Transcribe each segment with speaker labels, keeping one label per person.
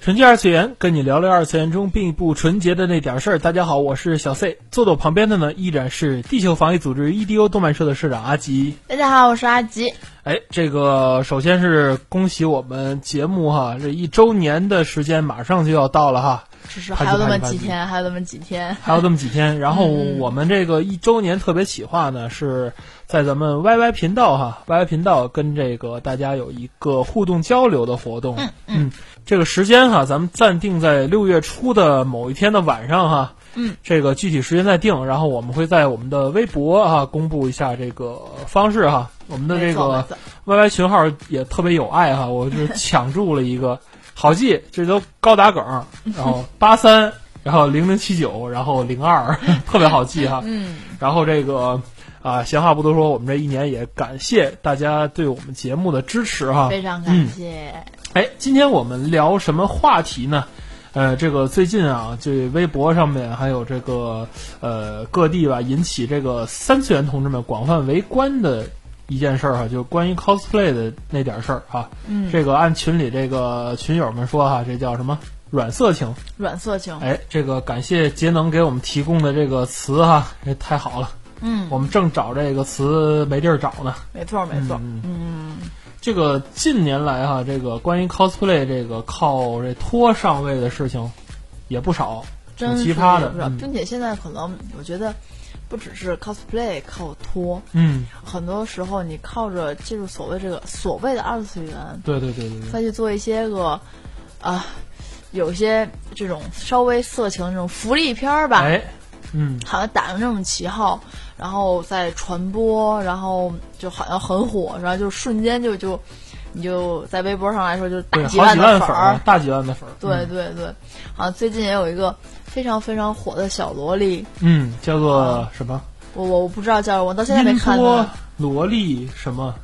Speaker 1: 纯洁二次元，跟你聊聊二次元中并不纯洁的那点事儿。大家好，我是小 C，坐在我旁边的呢依然是地球防疫组织 EDO 动漫社的社长阿吉。
Speaker 2: 大家好，我是阿吉。
Speaker 1: 哎，这个首先是恭喜我们节目哈，这一周年的时间马上就要到了哈，
Speaker 2: 只是
Speaker 1: 还
Speaker 2: 还
Speaker 1: 有
Speaker 2: 有
Speaker 1: 那
Speaker 2: 那
Speaker 1: 么
Speaker 2: 么
Speaker 1: 几
Speaker 2: 几天，还有那么几天。
Speaker 1: 还有这么几天。然后我们这个一周年特别企划呢，是在咱们 YY 频道哈，YY 频道跟这个大家有一个互动交流的活动。嗯嗯，这个时间哈，咱们暂定在六月初的某一天的晚上哈。
Speaker 2: 嗯，
Speaker 1: 这个具体时间再定，然后我们会在我们的微博啊公布一下这个方式哈。我们的这
Speaker 2: 没错没
Speaker 1: 个
Speaker 2: 错
Speaker 1: YY 群号也特别有爱哈，我是抢注了一个好记， 这都高打梗，然后八三，然后零零七九，然后零二，特别好记哈。
Speaker 2: 嗯，
Speaker 1: 然后这个啊，闲话不多说，我们这一年也感谢大家对我们节目的支持哈。
Speaker 2: 非常感谢。
Speaker 1: 哎，今天我们聊什么话题呢？呃，这个最近啊，这微博上面还有这个呃各地吧，引起这个三次元同志们广泛围观的一件事儿、哈，就是关于 cosplay 的那点事儿哈、
Speaker 2: 嗯，
Speaker 1: 这个按群里这个群友们说哈、这叫什么软色情？
Speaker 2: 软色情。
Speaker 1: 哎，这个感谢节能给我们提供的这个词哈、这太好了，
Speaker 2: 嗯，
Speaker 1: 我们正找这个词没地儿找呢。
Speaker 2: 没错没错。嗯，
Speaker 1: 这个近年来哈、这个关于 cosplay 这个靠这托上位的事情也不少，
Speaker 2: 真
Speaker 1: 挺
Speaker 2: 是
Speaker 1: 奇葩的
Speaker 2: 不知道
Speaker 1: 嗯
Speaker 2: 并且现在可能我觉得，不只是 cosplay 靠托，
Speaker 1: 嗯，
Speaker 2: 很多时候你靠着进入所谓这个所谓的二次元，
Speaker 1: 对对对对对，
Speaker 2: 再去做一些个啊。有一些这种稍微色情这种福利片儿吧，
Speaker 1: 哎，嗯，
Speaker 2: 好像打着这种旗号，然后再传播，然后就好像很火，然后就瞬间就就，你就在微博上来说就大
Speaker 1: 对，
Speaker 2: 几
Speaker 1: 好几
Speaker 2: 的
Speaker 1: 万粉
Speaker 2: 儿
Speaker 1: 儿，，啊嗯大几万的粉儿，
Speaker 2: 对对对，好像最近也有一个非常非常火的小萝莉，
Speaker 1: 嗯，叫做什么？
Speaker 2: 我我我不知道叫什么，我到现在没
Speaker 1: 音
Speaker 2: 看
Speaker 1: 波
Speaker 2: 呢，
Speaker 1: 萝莉什么？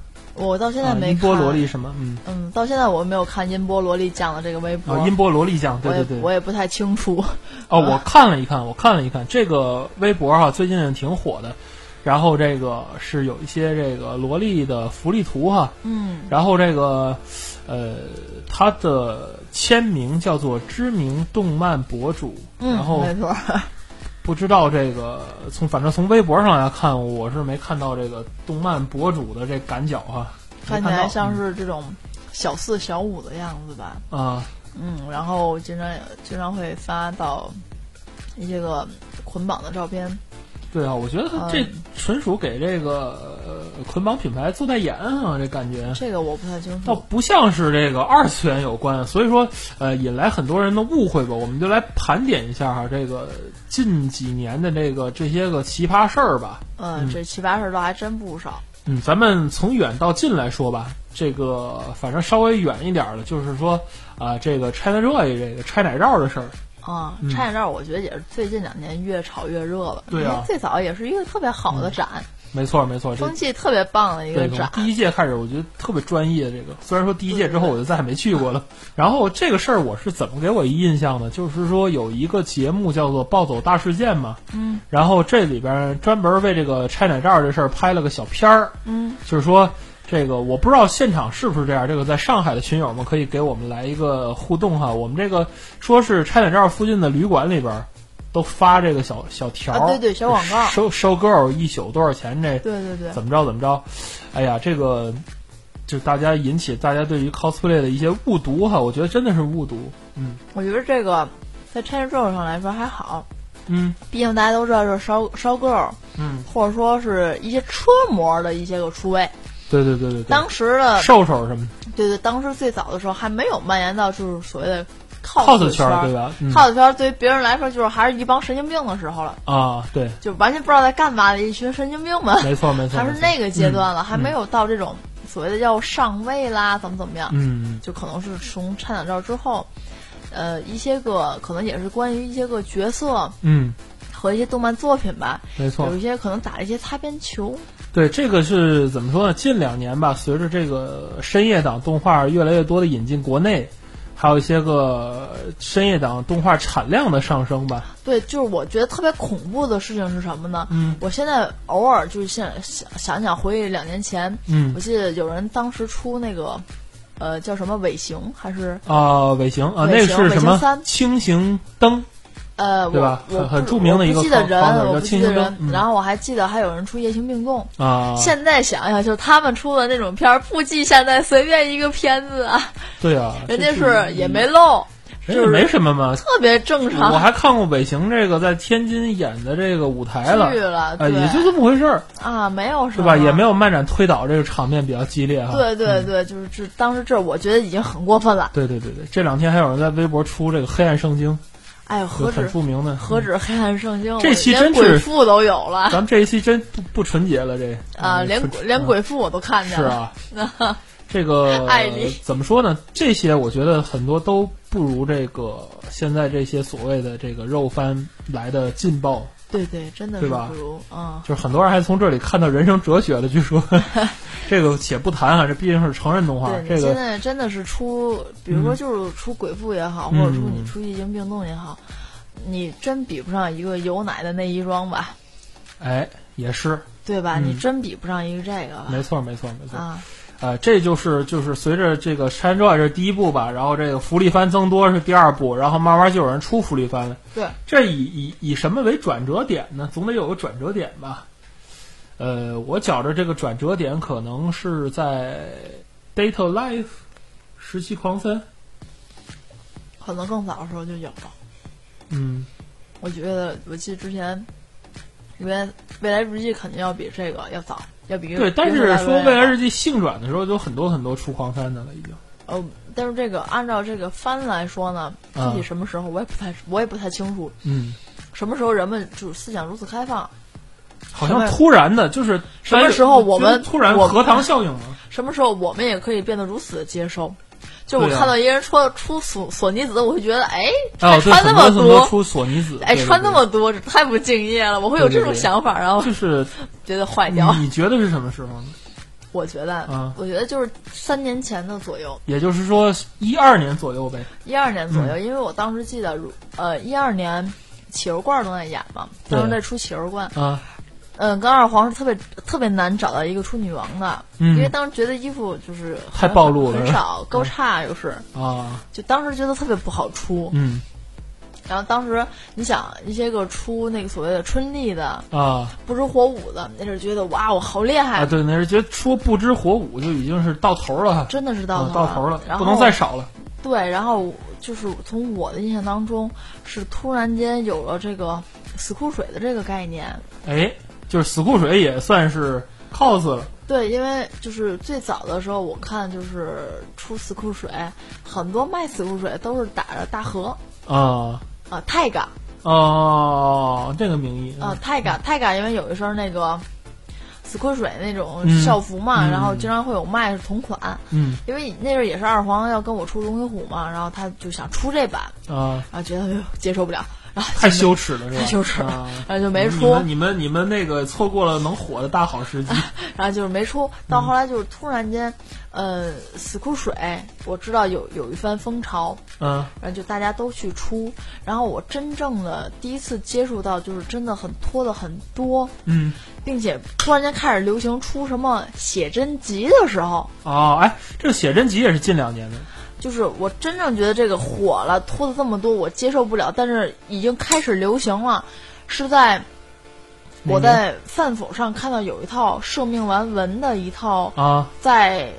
Speaker 2: 我到现在
Speaker 1: 啊，
Speaker 2: 没看，
Speaker 1: 音波萝莉什么？嗯，
Speaker 2: 嗯，到现在我没有看音波萝莉讲的这个微博，
Speaker 1: 啊，音波萝莉酱，对
Speaker 2: 我也
Speaker 1: 对对，
Speaker 2: 我也不太清楚，
Speaker 1: 哦，我看了一看，我看了一看这个微博哈、最近挺火的。然后这个是有一些这个萝莉的福利图哈、
Speaker 2: 嗯
Speaker 1: 然后这个，呃，他的签名叫做知名动漫博主，
Speaker 2: 嗯，
Speaker 1: 然后
Speaker 2: 没错，
Speaker 1: 不知道这个从反正从微博上来看，我是没看到这个动漫博主的这赶脚哈、没
Speaker 2: 看起来
Speaker 1: 到嗯
Speaker 2: 像是这种小四小五的样子吧，
Speaker 1: 啊、
Speaker 2: 嗯，然后经常经常会发到一些个捆绑的照片，
Speaker 1: 对啊，我觉得他这
Speaker 2: 嗯
Speaker 1: 纯属给这个、呃捆绑品牌做代言啊，这感觉。
Speaker 2: 这个我不太清
Speaker 1: 倒
Speaker 2: 楚。
Speaker 1: 不像是这个二次元有关，所以说，呃，引来很多人的误会吧。我们就来盘点一下哈，这个近几年的这个这些个奇葩事儿吧。
Speaker 2: 嗯，这七八十倒还真不少。
Speaker 1: 嗯，咱们从远到近来说吧，这个反正稍微远一点儿的，就是说啊、这个 China Joy 这个拆奶罩的事儿，
Speaker 2: 啊、拆眼罩我觉得也是最近两年越炒越热了。
Speaker 1: 嗯对啊
Speaker 2: 因为最早也是一个特别好的展，
Speaker 1: 没错没错，这
Speaker 2: 风气特别棒的一个
Speaker 1: 对，从
Speaker 2: 展。
Speaker 1: 第一届开始，我觉得特别专业。这个虽然说第一届之后我就再也没去过了。然后这个事儿我是怎么给我一印象呢？就是说有一个节目叫做《暴走大事件》嘛，
Speaker 2: 嗯，
Speaker 1: 然后这里边专门为这个拆奶罩这事儿拍了个小片儿，
Speaker 2: 嗯，
Speaker 1: 就是说。这个我不知道现场是不是这样，这个在上海的群友们可以给我们来一个互动哈。我们这个说是拆奶罩附近的旅馆里边儿都发这个小小条儿、
Speaker 2: 啊对对小广告
Speaker 1: 收收 girl 一宿多少钱这
Speaker 2: 对对对，
Speaker 1: 怎么着怎么着，哎呀，这个就大家引起大家对于 cosplay 的一些误读哈，我觉得真的是误读。
Speaker 2: 我觉得这个在拆眼罩上来说还好，
Speaker 1: 嗯
Speaker 2: 毕竟大家都知道这是烧烧 girl，
Speaker 1: 嗯，
Speaker 2: 或者说是一些车模的一些个出位。
Speaker 1: 对对对对对，
Speaker 2: 当时的
Speaker 1: 瘦瘦什么
Speaker 2: 对对，当时最早的时候还没有蔓延到就是所谓的
Speaker 1: cos
Speaker 2: 圈
Speaker 1: 儿
Speaker 2: 儿
Speaker 1: 对？吧？嗯
Speaker 2: cos 圈儿对于别人来说就是还是一帮神经病的时候了，
Speaker 1: 啊，对，
Speaker 2: 就完全不知道在干嘛的一群神经病们，
Speaker 1: 没错没错，嗯
Speaker 2: 还
Speaker 1: 没
Speaker 2: 是
Speaker 1: 错
Speaker 2: 那个阶段了，还没有到这种所谓的要上位啦，怎么怎么样，
Speaker 1: 嗯
Speaker 2: 就可能是从《拆党照》之后，呃，一些个可能也是关于一些个角色
Speaker 1: 嗯，
Speaker 2: 和一些动漫作品吧，
Speaker 1: 没错
Speaker 2: 有，一些可能打了一些擦边球，
Speaker 1: 对，这个是怎么说呢？近两年吧，随着这个深夜档动画越来越多的引进国内，还有一些个深夜档动画产量的上升吧，
Speaker 2: 对，就是我觉得特别恐怖的事情是什么呢？
Speaker 1: 嗯
Speaker 2: 我现在偶尔就是现想想想回忆两年前，
Speaker 1: 嗯
Speaker 2: 我记得有人当时出那个，呃，叫什么尾行还是
Speaker 1: 啊，尾行啊，那
Speaker 2: 尾
Speaker 1: 个
Speaker 2: 行
Speaker 1: 是什
Speaker 2: 尾行
Speaker 1: 么
Speaker 2: 三？
Speaker 1: 轻型灯，
Speaker 2: 呃，
Speaker 1: 对吧
Speaker 2: 我我
Speaker 1: 很很
Speaker 2: 不
Speaker 1: 著名的一个
Speaker 2: 我不记得
Speaker 1: 方
Speaker 2: 人
Speaker 1: 方法，
Speaker 2: 我
Speaker 1: 叫
Speaker 2: 不记
Speaker 1: 清
Speaker 2: 得
Speaker 1: 明
Speaker 2: 人
Speaker 1: 灯，嗯
Speaker 2: 然后我还记得还有人出夜行病动。
Speaker 1: 啊，
Speaker 2: 现在想想，就是他们出的那种片儿，不计现在随便一个片子 啊，
Speaker 1: 对啊，
Speaker 2: 人家
Speaker 1: 这
Speaker 2: 是也没啊漏，
Speaker 1: 人家没什么嘛。
Speaker 2: 特别正常。
Speaker 1: 我还看过尾行这个在天津演的这个舞台了，
Speaker 2: 去了，
Speaker 1: 啊，
Speaker 2: 对
Speaker 1: 也就这么回事儿，
Speaker 2: 啊，没有什
Speaker 1: 是
Speaker 2: 么，
Speaker 1: 吧？也没有漫展推倒，这个场面比较激烈哈。
Speaker 2: 对对
Speaker 1: 嗯
Speaker 2: 对，就是这当时这我觉得已经很过分了。
Speaker 1: 对对对对，这两天还有人在微博出这个黑暗圣经，
Speaker 2: 哎呦，
Speaker 1: 就
Speaker 2: 何
Speaker 1: 很
Speaker 2: 止
Speaker 1: 著名的。
Speaker 2: 何
Speaker 1: 嗯？
Speaker 2: 止黑暗圣经，
Speaker 1: 这
Speaker 2: 我
Speaker 1: 期
Speaker 2: 连
Speaker 1: 真是
Speaker 2: 鬼父都有了
Speaker 1: 咱们这一期真不不纯洁了，这
Speaker 2: 啊，
Speaker 1: 嗯
Speaker 2: 连
Speaker 1: 纯
Speaker 2: 鬼连鬼父我都看见
Speaker 1: 是
Speaker 2: 了。
Speaker 1: 啊， 这个
Speaker 2: 艾丽
Speaker 1: 怎么说呢？这些我觉得很多都不如这个现在这些所谓的这个肉番来的劲爆，
Speaker 2: 对对，真的
Speaker 1: 对
Speaker 2: 是
Speaker 1: 吧
Speaker 2: 不如嗯，
Speaker 1: 就是很多人还从这里看到人生哲学了。据 说这个且不谈啊，这毕竟是成人动画
Speaker 2: 对，你
Speaker 1: 这
Speaker 2: 现
Speaker 1: 个
Speaker 2: 在真的是出，比如说就是出鬼父也好，
Speaker 1: 嗯
Speaker 2: 或者说你出异形病动也好，你真比不上一个有奶的内衣装吧，
Speaker 1: 哎也是
Speaker 2: 对吧？
Speaker 1: 嗯
Speaker 2: 你真比不上一个这个吧
Speaker 1: 没错没错没错
Speaker 2: 啊，
Speaker 1: 呃，这就是就是随着这个《山传》这是第一部吧，然后这个福利番增多是第二部，然后慢慢就有人出福利番了。
Speaker 2: 对，
Speaker 1: 这以以以什么为转折点呢？总得有个转折点吧。呃，我觉着这个转折点可能是在《Data Life》时期狂森，
Speaker 2: 可能更早的时候就有了。
Speaker 1: 嗯，
Speaker 2: 我觉得我记得之前，未来未来日记肯定要比这个要早，要比
Speaker 1: 对。但
Speaker 2: 约
Speaker 1: 是说
Speaker 2: 瑟夫
Speaker 1: 《未来
Speaker 2: 要早
Speaker 1: 日记》性转的时候，有很多很多出狂三的了，已经。
Speaker 2: 呃，但是这个按照这个番来说呢，具
Speaker 1: 啊
Speaker 2: 体什么时候我也不太我也不太清楚，
Speaker 1: 嗯，
Speaker 2: 什么时候人们就思想如此开放，
Speaker 1: 好像突然的，就是
Speaker 2: 什么时候我们
Speaker 1: 就是突然
Speaker 2: 我
Speaker 1: 荷塘效应嘛？
Speaker 2: 什么时候我们也可以变得如此的接受。就我
Speaker 1: 对啊
Speaker 2: 看到一个人穿出索索尼子，我会觉得哎，
Speaker 1: 哦，
Speaker 2: 还
Speaker 1: 对，
Speaker 2: 穿那
Speaker 1: 很多很
Speaker 2: 么
Speaker 1: 多出索尼子，
Speaker 2: 哎，
Speaker 1: 对对
Speaker 2: 穿那
Speaker 1: 对
Speaker 2: 么多，这太不敬业了，我会有
Speaker 1: 对对
Speaker 2: 这种
Speaker 1: 对
Speaker 2: 想法， 然后
Speaker 1: 就是
Speaker 2: 觉得坏掉。
Speaker 1: 你觉得是什么时候呢？
Speaker 2: 我觉得，
Speaker 1: 啊
Speaker 2: 我觉得就是三年前的左右，
Speaker 1: 也就是说一二年左右呗。
Speaker 2: 一二年左右，
Speaker 1: 嗯
Speaker 2: 因为我当时记得，如呃，一二年企鹅罐儿都在演嘛，
Speaker 1: 对
Speaker 2: 当时在出企鹅罐，
Speaker 1: 啊，
Speaker 2: 嗯，跟二黄是特别特别难找到一个出女王的，
Speaker 1: 嗯
Speaker 2: 因为当时觉得衣服就是
Speaker 1: 太
Speaker 2: 很
Speaker 1: 暴露了
Speaker 2: 很少高叉又是，
Speaker 1: 啊，
Speaker 2: 就当时觉得特别不好出。
Speaker 1: 嗯
Speaker 2: 然后当时你想一些个出那个所谓的春丽的、
Speaker 1: 啊
Speaker 2: 不知火舞的，那是觉得哇，我好厉害，
Speaker 1: 啊，对，那是觉得说不知火舞就已经是到头了哈，
Speaker 2: 真的是到
Speaker 1: 啊
Speaker 2: 头
Speaker 1: 到头了，
Speaker 2: 然后
Speaker 1: 不能再少了。
Speaker 2: 对，然后就是从我的印象当中，是突然间有了这个死库水的这个概念。
Speaker 1: 哎，就是死库水也算是 cos 了，
Speaker 2: 对，因为就是最早的时候，我看就是出死库水，很多卖死库水都是打着大河
Speaker 1: 啊
Speaker 2: 啊、泰嘎
Speaker 1: 哦，这个名义
Speaker 2: 啊、，泰
Speaker 1: 嗯
Speaker 2: 嘎泰嘎，因为有一身那个死库水那种
Speaker 1: 嗯
Speaker 2: 校服嘛，
Speaker 1: 嗯
Speaker 2: 然后经常会有卖是同款，
Speaker 1: 嗯
Speaker 2: 因为那阵儿也是二黄要跟我出龙与虎嘛，然后他就想出这版，
Speaker 1: 啊，
Speaker 2: 然后觉得哎呦接受不了，然后
Speaker 1: 太羞耻了是吧？
Speaker 2: 太羞耻了
Speaker 1: 啊
Speaker 2: 然后就没
Speaker 1: 你
Speaker 2: 出。
Speaker 1: 们你们你们那个错过了能火的大好时 机，
Speaker 2: 然后就是没出，
Speaker 1: 嗯
Speaker 2: 到后来就是突然间，呃，死库水，我知道有有一番风潮，
Speaker 1: 嗯
Speaker 2: 然后就大家都去出，然后我真正的第一次接触到，就是真的很拖的很多，
Speaker 1: 嗯。
Speaker 2: 并且突然间开始流行出什么写真集的时候，
Speaker 1: 哦，哎，这个写真集也是近两年的，
Speaker 2: 就是我真正觉得这个火了，拖的这么多，我接受不了，但是已经开始流行了，是在。
Speaker 1: 哪
Speaker 2: 我
Speaker 1: 年
Speaker 2: 在饭否上看到有一套圣命丸文的一套
Speaker 1: 啊
Speaker 2: 在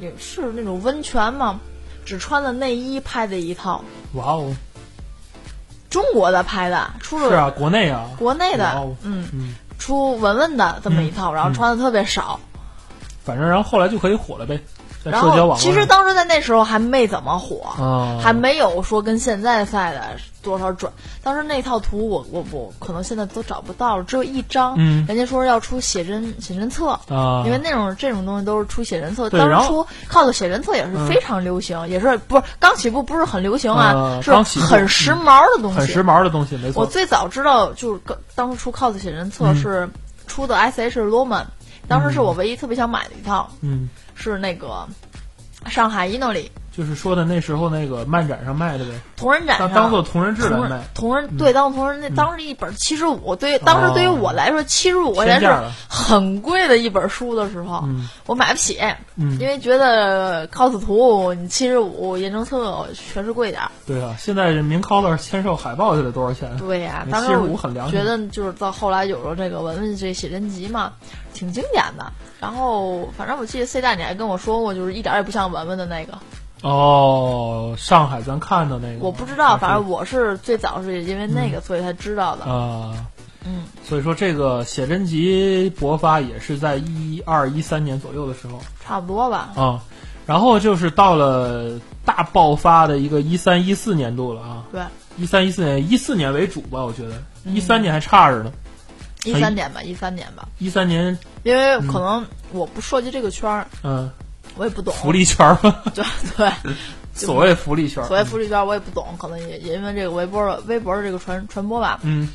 Speaker 2: 也是那种温泉嘛，只穿了内衣拍的一套，
Speaker 1: 哇哦，
Speaker 2: 中国的拍的，出
Speaker 1: 是
Speaker 2: 了
Speaker 1: 啊，国内啊，
Speaker 2: 嗯国内的，
Speaker 1: 哇哦
Speaker 2: 嗯，
Speaker 1: 嗯，
Speaker 2: 出文文的这么一套，然后
Speaker 1: 嗯
Speaker 2: 穿的特别少。
Speaker 1: 反正然后后来就可以火了呗。在
Speaker 2: 然
Speaker 1: 社交网
Speaker 2: 后
Speaker 1: 络
Speaker 2: 其实当时在那时候还没怎么火，
Speaker 1: 啊，
Speaker 2: 还没有说跟现在赛的多少转。当时那套图我我我可能现在都找不到了，只有一张。
Speaker 1: 嗯
Speaker 2: 人家说要出写真写真册。
Speaker 1: 啊，
Speaker 2: 因为那种这种东西都是出写真册，
Speaker 1: 对然
Speaker 2: 当
Speaker 1: 后
Speaker 2: 初靠的写真册也是非常流行，也是不是刚起步不是很流行啊，
Speaker 1: 呃
Speaker 2: 是
Speaker 1: 刚起步
Speaker 2: 很时髦的东西。
Speaker 1: 很时髦的东西，没
Speaker 2: 我
Speaker 1: 错，
Speaker 2: 最早知道就是刚当时出 cos 写真册
Speaker 1: 嗯
Speaker 2: 是出的 S H Roman，、当时是我唯一特别想买的一套，
Speaker 1: 嗯，
Speaker 2: 是那个上海伊诺里
Speaker 1: 就是说的那时候那个漫展上卖的呗，
Speaker 2: 同人展上
Speaker 1: 当当做同人志来
Speaker 2: 哎同人
Speaker 1: 卖，嗯
Speaker 2: 同人对当同人那当时一本七十五，对当时对于
Speaker 1: 哦
Speaker 2: 我来说七十五块钱
Speaker 1: 天价
Speaker 2: 是
Speaker 1: 了
Speaker 2: 很贵的一本书的时候
Speaker 1: 嗯，
Speaker 2: 我买不起，
Speaker 1: 嗯
Speaker 2: 因，为觉得 cos 图你七十五验证册全是贵点儿。
Speaker 1: 对啊，现在这名 coser 签售海报就得多少钱？啊
Speaker 2: 对呀、
Speaker 1: 那
Speaker 2: 当时
Speaker 1: 75
Speaker 2: 我
Speaker 1: 很良心
Speaker 2: 觉得就是到后来有了这个文文这写真集嘛，挺经典的。然后反正我记得 C 大你还跟我说过，就是一点儿也不像文文的那个。
Speaker 1: 哦，上海咱看的那个，啊
Speaker 2: 我不知道，
Speaker 1: 还是
Speaker 2: 反正我是最早是因为那
Speaker 1: 嗯
Speaker 2: 个所以才知道的。
Speaker 1: 啊，
Speaker 2: 嗯，
Speaker 1: 所以说这个写真集勃发也是在一二一三年左右的时候
Speaker 2: 差不多吧。
Speaker 1: 啊，然后就是到了大爆发的一个一三一四年度了啊，
Speaker 2: 对，
Speaker 1: 一三一四年一四年为主吧，我觉得
Speaker 2: 嗯
Speaker 1: 一三年还差着呢，
Speaker 2: 一三年吧，一三年吧，
Speaker 1: 一三年
Speaker 2: 因为可能我不涉及这个圈儿，
Speaker 1: 嗯、
Speaker 2: 我也不懂。
Speaker 1: 福利圈 儿吧，
Speaker 2: 对对，
Speaker 1: 所谓福利圈儿，
Speaker 2: 所谓福利圈儿我也不懂，可能也也因为这个微博的微博的这个传传播吧，
Speaker 1: 嗯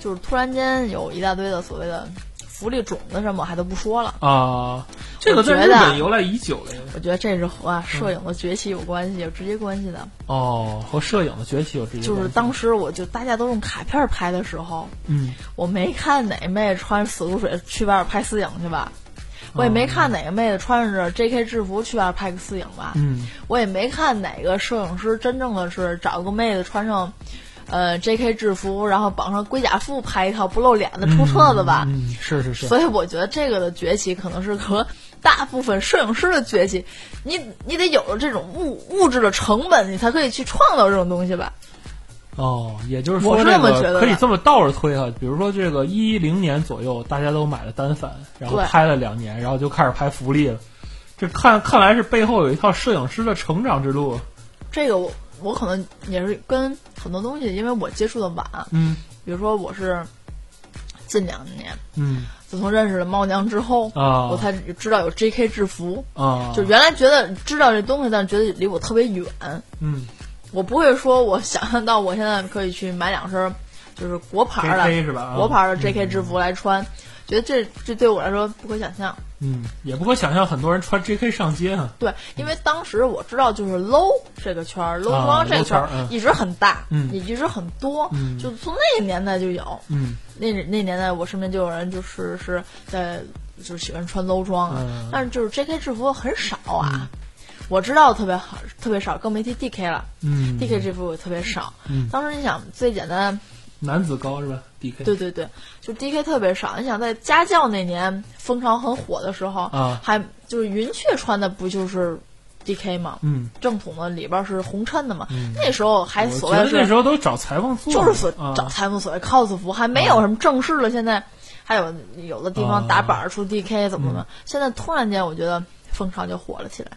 Speaker 2: 就是突然间有一大堆的所谓的福利种子什么，我还都不说了。
Speaker 1: 啊，这个
Speaker 2: 我觉
Speaker 1: 在
Speaker 2: 得
Speaker 1: 日本由来已久了呀。
Speaker 2: 我觉得这是和啊摄影的崛起有关系，有直接关系的。
Speaker 1: 哦，和摄影的崛起有直接
Speaker 2: 就是
Speaker 1: 关系
Speaker 2: 当时我就大家都用卡片拍的时候，
Speaker 1: 嗯
Speaker 2: 我没看哪妹穿死露水去外边拍私影去吧，我也没看哪个妹子穿着 J.K. 制服去外边拍个私影吧，
Speaker 1: 嗯
Speaker 2: 我也没看哪个摄影师真正的是找个妹子穿上。呃，J.K. 制服，然后绑上龟甲裤，拍一套不露脸的出册子吧。
Speaker 1: 嗯是是是，
Speaker 2: 所以我觉得这个的崛起可能是和大部分摄影师的崛起，你你得有了这种物物质的成本，你才可以去创造这种东西吧。
Speaker 1: 哦，也就是
Speaker 2: 我
Speaker 1: 说，
Speaker 2: 是
Speaker 1: 这
Speaker 2: 这么
Speaker 1: 个
Speaker 2: 觉得
Speaker 1: 可以
Speaker 2: 的
Speaker 1: 这么倒着推哈、比如说，这个一零年左右，大家都买了单反，然后
Speaker 2: 对
Speaker 1: 拍了两年，然后就开始拍福利了。这看看来是背后有一套摄影师的成长之路。
Speaker 2: 这个我我可能也是跟很多东西，因为我接触的晚，啊
Speaker 1: 嗯
Speaker 2: 比如说我是近两年，
Speaker 1: 嗯
Speaker 2: 自从认识了猫娘之后，
Speaker 1: 啊
Speaker 2: 我才知道有 J.K. 制服。
Speaker 1: 啊，
Speaker 2: 就原来觉得知道这东西，但是觉得离我特别远。
Speaker 1: 嗯
Speaker 2: 我不会说我想象到我现在可以去买两身，就是国牌儿的
Speaker 1: JK 是吧啊
Speaker 2: 国牌儿的 JK 制服来穿，觉得这这对我来说不可想象。
Speaker 1: 嗯，也不可想象很多人穿 JK 上街啊。
Speaker 2: 对，因为当时我知道就是 low 这个圈儿，low
Speaker 1: 啊
Speaker 2: 装这
Speaker 1: low
Speaker 2: 个
Speaker 1: 圈儿
Speaker 2: 儿
Speaker 1: 嗯
Speaker 2: 一直很大，
Speaker 1: 嗯
Speaker 2: 也一直很多，
Speaker 1: 嗯
Speaker 2: 就从那个年代就有。
Speaker 1: 嗯
Speaker 2: 那那年代我身边就有人就是是在就是喜欢穿 low 装啊，
Speaker 1: 嗯
Speaker 2: 但是就是 JK 制服很少啊。我知道特别好，特别少，更别提 DK 了。
Speaker 1: 嗯
Speaker 2: DK 制服也特别少。
Speaker 1: 嗯
Speaker 2: 当时你想最简单，
Speaker 1: 男子高是吧？DK
Speaker 2: 对对对，就 DK 特别少。你想在家教那年风潮很火的时候，
Speaker 1: 啊
Speaker 2: 还就是云雀穿的不就是 DK 吗？
Speaker 1: 嗯，
Speaker 2: 正统的里边儿是红衬的嘛。
Speaker 1: 嗯
Speaker 2: 那时候还
Speaker 1: 我
Speaker 2: 所
Speaker 1: 觉
Speaker 2: 谓
Speaker 1: 得
Speaker 2: 是
Speaker 1: 那时候都找裁缝做的，
Speaker 2: 就是所
Speaker 1: 啊
Speaker 2: 找裁缝所谓 cos 服，还没有什么正式的。现在还有有的地
Speaker 1: 啊
Speaker 2: 方打板儿出 DK 怎么怎么，
Speaker 1: 嗯
Speaker 2: 现在突然间我觉得风潮就火了起来。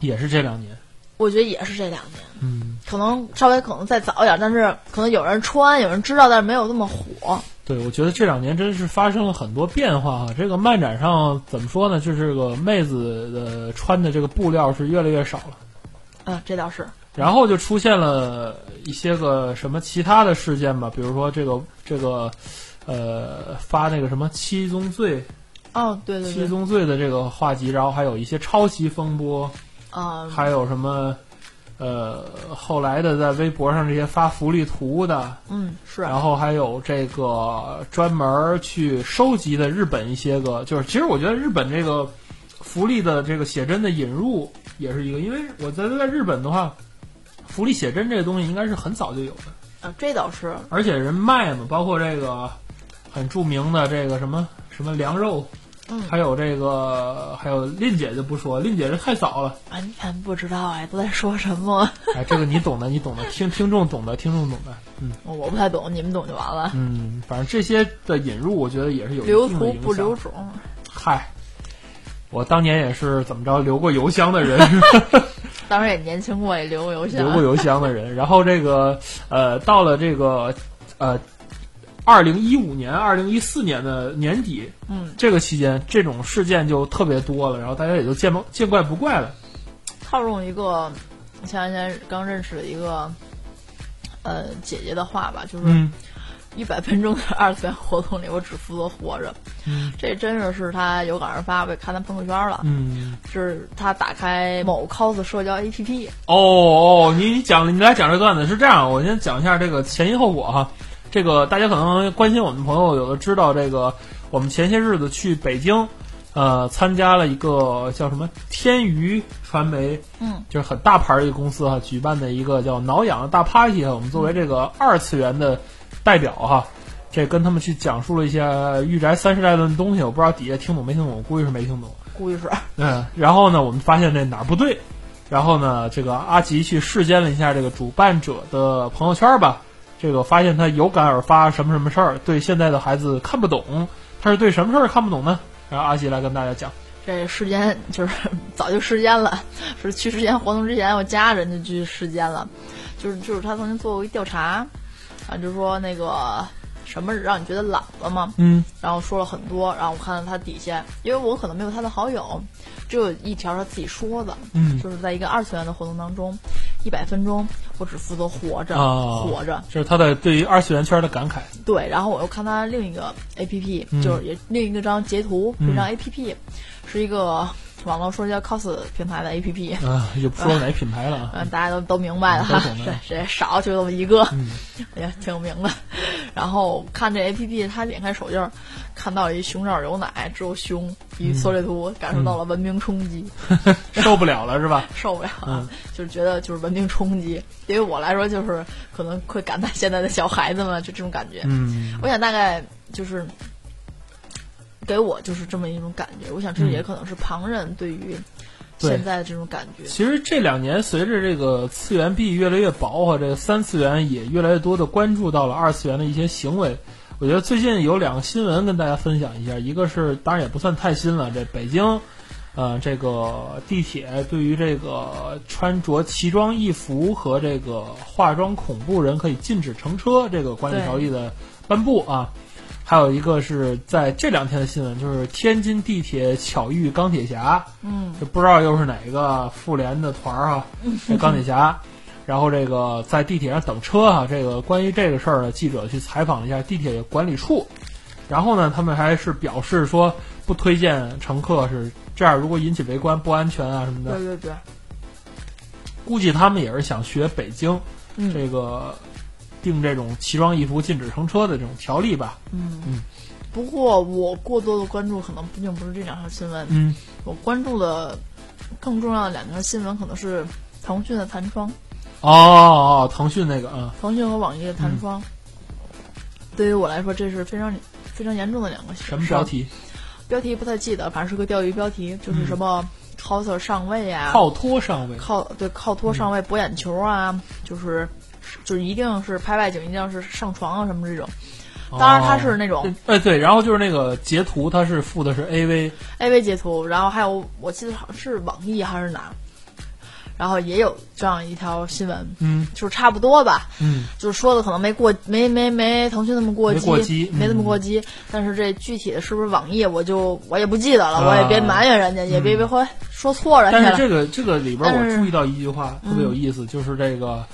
Speaker 1: 也是这两年。
Speaker 2: 我觉得也是这两年，
Speaker 1: 嗯，
Speaker 2: 可能稍微可能再早一点，但是可能有人穿，有人知道，但是没有那么火。
Speaker 1: 对，我觉得这两年真是发生了很多变化啊！这个漫展上怎么说呢？就是这个妹子的穿的这个布料是越来越少了，
Speaker 2: 啊，这倒是，
Speaker 1: 然后就出现了一些个什么其他的事件吧，比如说这个这个，呃，发那个什么七宗罪
Speaker 2: 哦，对对
Speaker 1: 七
Speaker 2: 对，
Speaker 1: 宗罪的这个画集，然后还有一些抄袭风波，
Speaker 2: 啊、
Speaker 1: 还有什么，呃，后来的在微博上这些发福利图的，
Speaker 2: 嗯，是，
Speaker 1: 然后还有这个专门儿去收集的日本一些个，就是其实我觉得日本这个福利的这个写真的引入也是一个，因为我觉得在日本的话，福利写真这个东西应该是很早就有的，
Speaker 2: 啊，这倒是，
Speaker 1: 而且人卖嘛，包括这个很著名的这个什么什么凉肉，
Speaker 2: 嗯
Speaker 1: 还有这个还有令姐就不说，令姐这太早了，
Speaker 2: 完全不知道哎，都在说什么，
Speaker 1: 哎，这个你懂的，你懂的，听听众懂的，听众懂的，嗯
Speaker 2: 我不太懂，你们懂就完了。
Speaker 1: 嗯，反正这些的引入，我觉得也是有一
Speaker 2: 留
Speaker 1: 定的
Speaker 2: 图
Speaker 1: 影
Speaker 2: 不
Speaker 1: 响
Speaker 2: 留种，
Speaker 1: 嗨，我当年也是怎么着留过邮箱的人，
Speaker 2: 当时也年轻过，也留过邮箱。
Speaker 1: 留过邮箱的人。然后这个呃，到了这个呃，二零一五年、二零一四年的年底，
Speaker 2: 嗯，
Speaker 1: 这个期间这种事件就特别多了，然后大家也就见不见怪不怪了。
Speaker 2: 套用一个我前两天刚认识的一个呃姐姐的话吧，就是
Speaker 1: 嗯
Speaker 2: 一百分钟的二次元活动里，我只负责活着。
Speaker 1: 嗯
Speaker 2: 这真是是她有感而发，我也看她朋友圈了，
Speaker 1: 嗯，
Speaker 2: 是她打开某 cos 社交 APP，
Speaker 1: 哦哦，你你讲你来讲这段子是这样，我先讲一下这个前因后果哈。这个大家可能关心我们的朋友有的知道，这个我们前些日子去北京，呃，参加了一个叫什么天娱传媒，
Speaker 2: 嗯，
Speaker 1: 就是很大牌儿一个公司哈，举办的一个叫“挠痒”的大 party 哈。我们作为这个二次元的代表哈，这跟他们去讲述了一些御宅三世代论的东西，我不知道底下听懂没听懂，我估计是没听懂。
Speaker 2: 估计是
Speaker 1: 嗯，然后呢，我们发现这哪儿不对，然后呢，这个阿吉去视奸了一下这个主办者的朋友圈吧，这个发现他有感而发，什么什么事儿，对现在的孩子看不懂，他是对什么事儿看不懂呢？然后阿吉来跟大家讲，
Speaker 2: 这世间就是 早就世间了，是去世间活动之前，我家人就去世间了，就是就是他曾经做过一调查，啊，就说那个什么让你觉得懒了吗？
Speaker 1: 嗯
Speaker 2: 然后说了很多，然后我看到他底下，因为我可能没有他的好友，只有一条他自己说的，
Speaker 1: 嗯，
Speaker 2: 就是在一个二次元的活动当中，一百分钟我只负责活着，
Speaker 1: 哦
Speaker 2: 活着，
Speaker 1: 这是他的对于二次元圈的感慨，
Speaker 2: 对，然后我又看他另一个 A P P，、
Speaker 1: 嗯
Speaker 2: 就是也另一个张截图，
Speaker 1: 嗯
Speaker 2: 这张 A P P 是一个网络说叫 cos 平台的 A P P，
Speaker 1: 啊，就不说哪品牌 了啊，
Speaker 2: 嗯，大家都都明白了哈
Speaker 1: 都懂，的
Speaker 2: 对，谁少就这么一个，
Speaker 1: 嗯
Speaker 2: 哎呀，挺有名的。然后看这 A P P，他点开手印儿，看到一熊掌有奶，只有熊，一
Speaker 1: 嗯
Speaker 2: 缩略图，感受到了文明冲击，
Speaker 1: 受不了了是吧？
Speaker 2: 受不了了
Speaker 1: 嗯，
Speaker 2: 就是觉得就是文明冲击。对于我来说，就是可能会感叹现在的小孩子们就这种感觉。
Speaker 1: 嗯
Speaker 2: 我想大概就是给我就是这么一种感觉。我想这
Speaker 1: 嗯
Speaker 2: 也可能是旁人对于
Speaker 1: 对
Speaker 2: 现在的这种感觉。
Speaker 1: 其实这两年，随着这个次元壁越来越薄和这个三次元也越来越多的关注到了二次元的一些行为。我觉得最近有两个新闻跟大家分享一下，一个是当然也不算太新了，这北京，呃，这个地铁对于这个穿着奇装异服和这个化妆恐怖人可以禁止乘车这个管理
Speaker 2: 对
Speaker 1: 条例的颁布啊。还有一个是在这两天的新闻，就是天津地铁巧遇钢铁侠，
Speaker 2: 嗯，
Speaker 1: 这不知道又是哪个妇联的团儿哈，这钢铁侠，然后这个在地铁上等车哈、这个关于这个事儿呢，记者去采访了一下地铁管理处，然后呢，他们还是表示说不推荐乘客是这样，如果引起围观不安全啊什么
Speaker 2: 对
Speaker 1: 的，
Speaker 2: 对对，
Speaker 1: 估计他们也是想学北京
Speaker 2: 嗯
Speaker 1: 这个定这种奇装异服禁止乘车的这种条例吧，
Speaker 2: 嗯
Speaker 1: 嗯。
Speaker 2: 不过我过多的关注可能并不是这两条新闻，
Speaker 1: 嗯，
Speaker 2: 我关注的更重要的两条新闻可能是腾讯的弹窗，
Speaker 1: 哦哦，腾讯那个啊，
Speaker 2: 腾讯和网易的弹窗。对于我来说，这是非常非常严重的两个
Speaker 1: 什么标
Speaker 2: 事
Speaker 1: 题？嗯
Speaker 2: 儿？标题不太记得，反正是个钓鱼标题，就是什么 coser 上位呀、
Speaker 1: 靠托上位，
Speaker 2: 靠对靠
Speaker 1: 嗯
Speaker 2: 托上位博眼球啊，就是就是一定是拍外景，一定要是上床啊什么这种。当然它是那种
Speaker 1: 哦对哎对，然后就是那个截图，它是附的是 AV，
Speaker 2: AV 截图，然后还有我记得好像是网易还是哪儿，然后也有这样一条新闻，
Speaker 1: 嗯
Speaker 2: 就是差不多吧，
Speaker 1: 嗯，
Speaker 2: 就是说的可能没过没没没腾讯那么过激，
Speaker 1: 没过激嗯
Speaker 2: 没那么过激，但是这具体的是不是网易，我就我也不记得了，我也别
Speaker 1: 啊
Speaker 2: 埋怨人家，也别别会说错人家
Speaker 1: 但
Speaker 2: 了。
Speaker 1: 是这个这个里边
Speaker 2: 但是嗯
Speaker 1: 我注意到一句话特别有意思，就是这个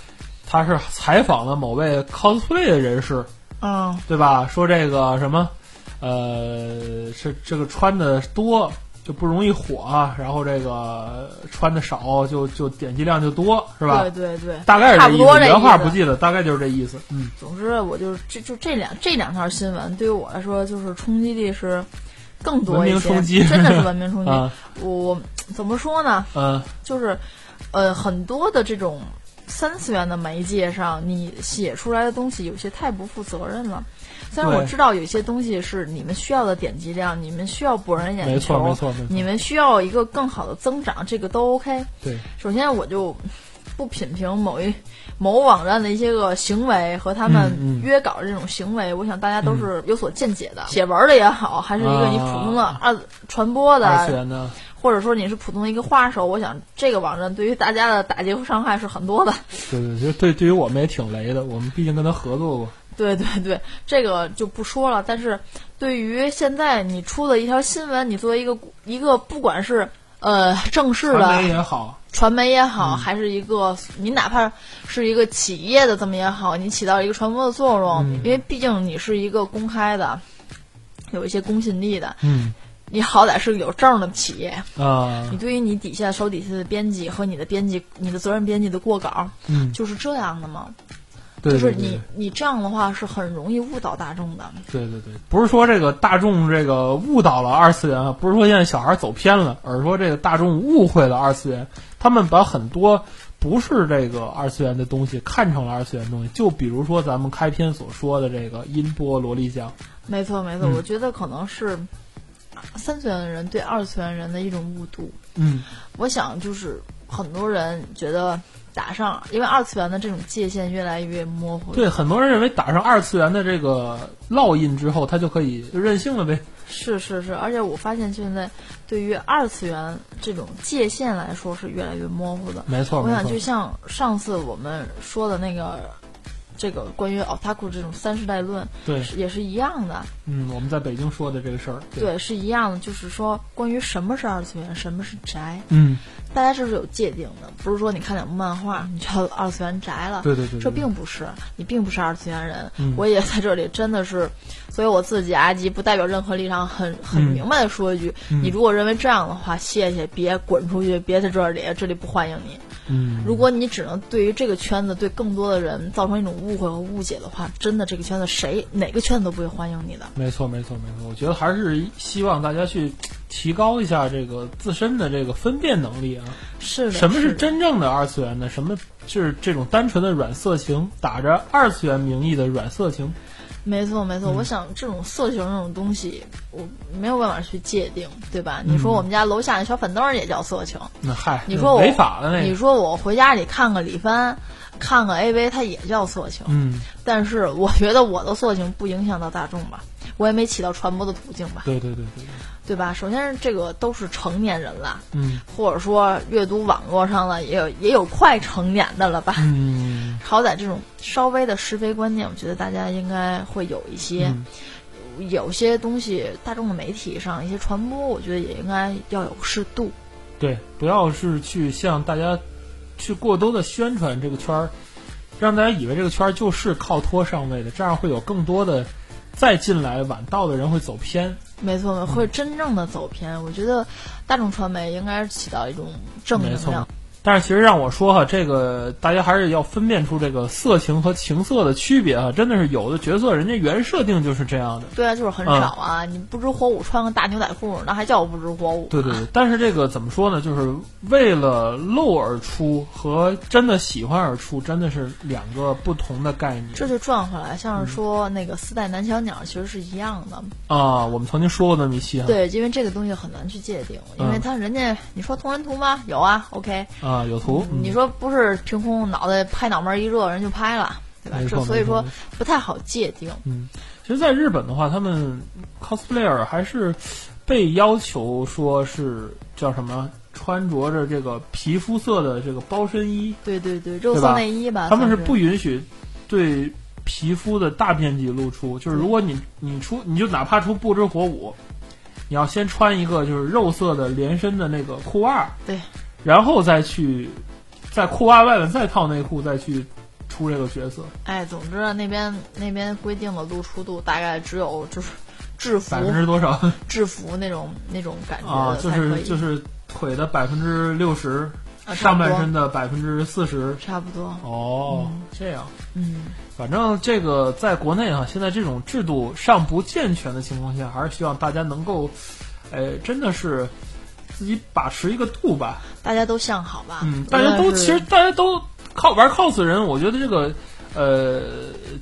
Speaker 1: 他是采访了某位 cosplay 的人士，
Speaker 2: 嗯
Speaker 1: 对吧？说这个什么，呃，是这个穿的多就不容易火啊，然后这个穿的少就就点击量就多，是吧
Speaker 2: 对？对对，
Speaker 1: 大概是
Speaker 2: 差
Speaker 1: 这
Speaker 2: 不
Speaker 1: 意
Speaker 2: 多
Speaker 1: 思，
Speaker 2: 这
Speaker 1: 原话
Speaker 2: 意思
Speaker 1: 不记得，大概就是这意思。嗯
Speaker 2: 总之，我就是这就这两这两条新闻对于我来说，就是冲击力是更多一些，
Speaker 1: 文明冲击
Speaker 2: 真的是文明冲 击。
Speaker 1: 啊
Speaker 2: 我我怎么说呢？
Speaker 1: 嗯
Speaker 2: 就是呃，很多的这种三次元的媒介上，你写出来的东西有些太不负责任了。虽然我
Speaker 1: 对
Speaker 2: 知道有些东西是你们需要的点击量，你们需要博人眼
Speaker 1: 没错
Speaker 2: 球，
Speaker 1: 没错没错
Speaker 2: 你们需要一个更好的增长，这个都 OK。
Speaker 1: 对，
Speaker 2: 首先，我就不品评某一某网站的一些个行为和他们
Speaker 1: 嗯嗯嗯
Speaker 2: 约稿这种行为，我想大家都是有所见解的。写文儿的也好，还是一个
Speaker 1: 啊
Speaker 2: 你普通的二、传播的
Speaker 1: 哎二次元呢，
Speaker 2: 或者说你是普通的一个画手，我想这个网站对于大家的打击和伤害是很多的。
Speaker 1: 对对，就对，对于我们也挺雷的，我们毕竟跟他合作过。
Speaker 2: 对对对，这个就不说了。但是，对于现在你出的一条新闻，你作为一个一个不管是呃正式
Speaker 1: 传媒
Speaker 2: 的
Speaker 1: 也好，
Speaker 2: 传媒也
Speaker 1: 嗯
Speaker 2: 好，还是一个你哪怕是一个企业的这么也好，你起到一个传播的作用，
Speaker 1: 嗯
Speaker 2: 因为毕竟你是一个公开的，有一些公信力的，
Speaker 1: 嗯
Speaker 2: 你好歹是个有证儿的企业。
Speaker 1: 啊
Speaker 2: 你，对于你底下手底下的编辑和你的编辑、你的责任编辑的过稿，
Speaker 1: 嗯，
Speaker 2: 就是这样的吗？
Speaker 1: 对对
Speaker 2: 就是
Speaker 1: 对
Speaker 2: 你你这样的话是很容易误导大众的。
Speaker 1: 对对对，不是说这个大众这个误导了二次元啊，不是说现在小孩走偏了，而是说这个大众误会了二次元，他们把很多不是这个二次元的东西看成了二次元的东西，就比如说咱们开篇所说的这个音波萝莉酱，
Speaker 2: 没错，没错，
Speaker 1: 嗯
Speaker 2: 我觉得可能是三次元的人对二次元人的一种误读。
Speaker 1: 嗯
Speaker 2: 我想就是很多人觉得打上，因为二次元的这种界限越来越模糊。
Speaker 1: 对，很多人认为打上二次元的这个烙印之后，他就可以就任性了呗，
Speaker 2: 是是是，而且我发现现在对于二次元这种界限来说是越来越模糊的。
Speaker 1: 没错嗯
Speaker 2: 我
Speaker 1: 没
Speaker 2: 想
Speaker 1: 错
Speaker 2: 就，像上次我们说的那个。这个关于 otaku 这种三世代论
Speaker 1: 对，
Speaker 2: 是也是一样的，
Speaker 1: 嗯，我们在北京说的这个事儿，
Speaker 2: 对，是一样的。就是说，关于什么是二次元，什么是宅，
Speaker 1: 嗯，
Speaker 2: 大家是不是有界定的？不是说你看两部漫画你就二次元宅了，
Speaker 1: 对对对，对
Speaker 2: 这并不是，你并不是二次元人。
Speaker 1: 嗯
Speaker 2: 我也在这里真的是，所以我自己阿吉不代表任何立场，很很
Speaker 1: 嗯
Speaker 2: 明白的说一句：
Speaker 1: 嗯
Speaker 2: 你如果认为这样的话，谢谢，别滚出去，别在这里，这里不欢迎你。
Speaker 1: 嗯，
Speaker 2: 如果你只能对于这个圈子、对更多的人造成一种误会和误解的话，真的这个圈子谁哪个圈子都不会欢迎你的。
Speaker 1: 没错，没错，没错。我觉得还是希望大家去提高一下这个自身的这个分辨能力啊。
Speaker 2: 是的，
Speaker 1: 什么
Speaker 2: 是
Speaker 1: 是
Speaker 2: 的
Speaker 1: 真正的二次元呢？什么就是这种单纯的软色情，打着二次元名义的软色情？
Speaker 2: 没错，没错。
Speaker 1: 嗯
Speaker 2: 我想这种色情这种东西，我没有办法去界定，对吧？你
Speaker 1: 嗯
Speaker 2: 说我们家楼下那小粉灯儿也叫色情，
Speaker 1: 那嗨，
Speaker 2: 你说我
Speaker 1: 违法了那
Speaker 2: 你
Speaker 1: 个？
Speaker 2: 说我回家里看个李帆，看个 AV，它也叫色情。
Speaker 1: 嗯，
Speaker 2: 但是我觉得我的色情不影响到大众吧，我也没起到传播的途径吧，
Speaker 1: 对对对对，
Speaker 2: 对吧？首先是这个都是成年人了，
Speaker 1: 嗯
Speaker 2: 或者说阅读网络上了，也有也有快成年的了吧？
Speaker 1: 嗯
Speaker 2: 好歹这种稍微的是非观念，我觉得大家应该会有一些。
Speaker 1: 嗯
Speaker 2: 有些东西，大众的媒体上一些传播，我觉得也应该要有适度。
Speaker 1: 对，不要是去向大家去过多的宣传这个圈儿，让大家以为这个圈儿就是靠托上位的，这样会有更多的再进来晚到的人会走偏。
Speaker 2: 没
Speaker 1: 嗯
Speaker 2: 错，会真正的走偏。我觉得大众传媒应该起到一种正
Speaker 1: 没
Speaker 2: 能
Speaker 1: 错
Speaker 2: 量。。
Speaker 1: 但是其实让我说哈，这个大家还是要分辨出这个色情和情色的区别啊，真的是有的角色人家原设定就是这样的。
Speaker 2: 对啊，就是很
Speaker 1: 嗯
Speaker 2: 少啊！你不知火舞，穿个大牛仔裤，那还叫不知火舞？
Speaker 1: 对对对，但是这个怎么说呢？就是为了露而出和真的喜欢而出，真的是两个不同的概念
Speaker 2: 这就转回来，像是说那个四代男小鸟其实是一样的，
Speaker 1: 啊。我们曾经说过那么一期哈，
Speaker 2: 对，因为这个东西很难去界定，因为
Speaker 1: 嗯
Speaker 2: 他人家你说同人图吗？有啊，OK，
Speaker 1: 啊，有图，嗯
Speaker 2: 你说不是凭空脑袋拍脑门一热人就拍了，对吧
Speaker 1: 没？
Speaker 2: 这
Speaker 1: 错
Speaker 2: 所以
Speaker 1: 没错
Speaker 2: 说
Speaker 1: 没
Speaker 2: 不太好界定。
Speaker 1: 其实，在日本的话，他们 cosplayer 还是被要求说是叫什么，穿着着这个皮肤色的这个包身衣，
Speaker 2: 对对对，肉
Speaker 1: 啊对
Speaker 2: 色
Speaker 1: 吧
Speaker 2: 内衣吧，
Speaker 1: 他们
Speaker 2: 算
Speaker 1: 是
Speaker 2: 是
Speaker 1: 不允许对皮肤的大面积露出。就是如果你你出，你就哪怕出不知火舞，你要先穿一个就是肉色的连身的那个裤袜，
Speaker 2: 对，
Speaker 1: 然后再去在裤袜外面再套内裤，再去出这个角色，
Speaker 2: 哎，总之呢那边那边规定的露出度大概只有就是制服
Speaker 1: 百分之多少？
Speaker 2: 制服那种那种感觉
Speaker 1: 啊，
Speaker 2: 的
Speaker 1: 就
Speaker 2: 才可
Speaker 1: 是
Speaker 2: 以，
Speaker 1: 就是腿的百分之六十，
Speaker 2: 啊差
Speaker 1: 上
Speaker 2: 不多
Speaker 1: 半身的百分之四十。
Speaker 2: 差不多，
Speaker 1: 哦，这样，
Speaker 2: 嗯，
Speaker 1: 反正这个在国内啊，现在这种制度尚不健全的情况下，还是希望大家能够，呃，真的是自己把持一个度吧。
Speaker 2: 大家都向好吧，
Speaker 1: 嗯，
Speaker 2: 无
Speaker 1: 大
Speaker 2: 论
Speaker 1: 家都
Speaker 2: 是
Speaker 1: 其实大家都靠玩 cos 的人，我觉得这个。呃，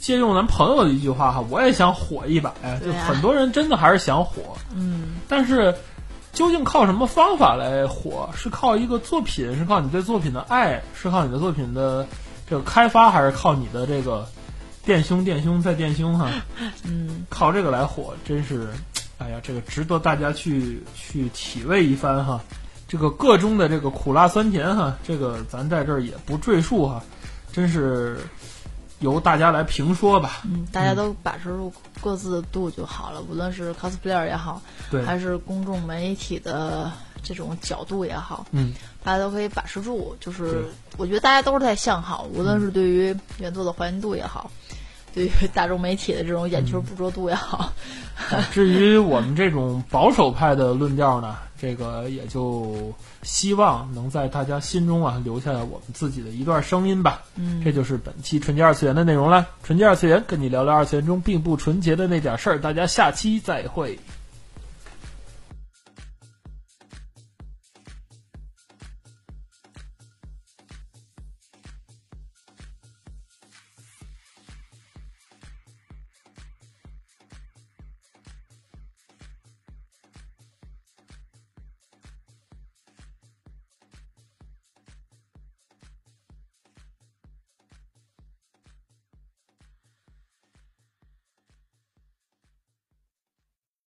Speaker 1: 借用咱朋友的一句话哈，我也想火一把呀，就
Speaker 2: 对啊
Speaker 1: 很多人真的还是想火，
Speaker 2: 嗯，
Speaker 1: 但是究竟靠什么方法来火？是靠一个作品，是靠你对作品的爱，是靠你的作品的这个开发，还是靠你的这个电胸、电胸再电胸 哈？
Speaker 2: 嗯，
Speaker 1: 靠这个来火，真是，哎呀，这个值得大家去去体味一番哈。这个个中的这个苦辣酸甜哈，这个咱在这儿也不赘述哈，真是由大家来评说吧。
Speaker 2: 嗯，大家都把持住各自的度就好了，无论是 cosplayer 也好，
Speaker 1: 对，
Speaker 2: 还是公众媒体的这种角度也好，
Speaker 1: 嗯，
Speaker 2: 大家都可以把持住。就是
Speaker 1: 对
Speaker 2: 我觉得大家都是在向好，无论是对于原作的还原度也好，对于大众媒体的这种眼球捕捉度也好，
Speaker 1: 啊至于我们这种保守派的论调呢，这个也就希望能在大家心中啊留下我们自己的一段声音吧。
Speaker 2: 嗯，
Speaker 1: 这就是本期纯洁二次元的内容了。纯洁二次元跟你聊聊二次元中并不纯洁的那点事儿，大家下期再会。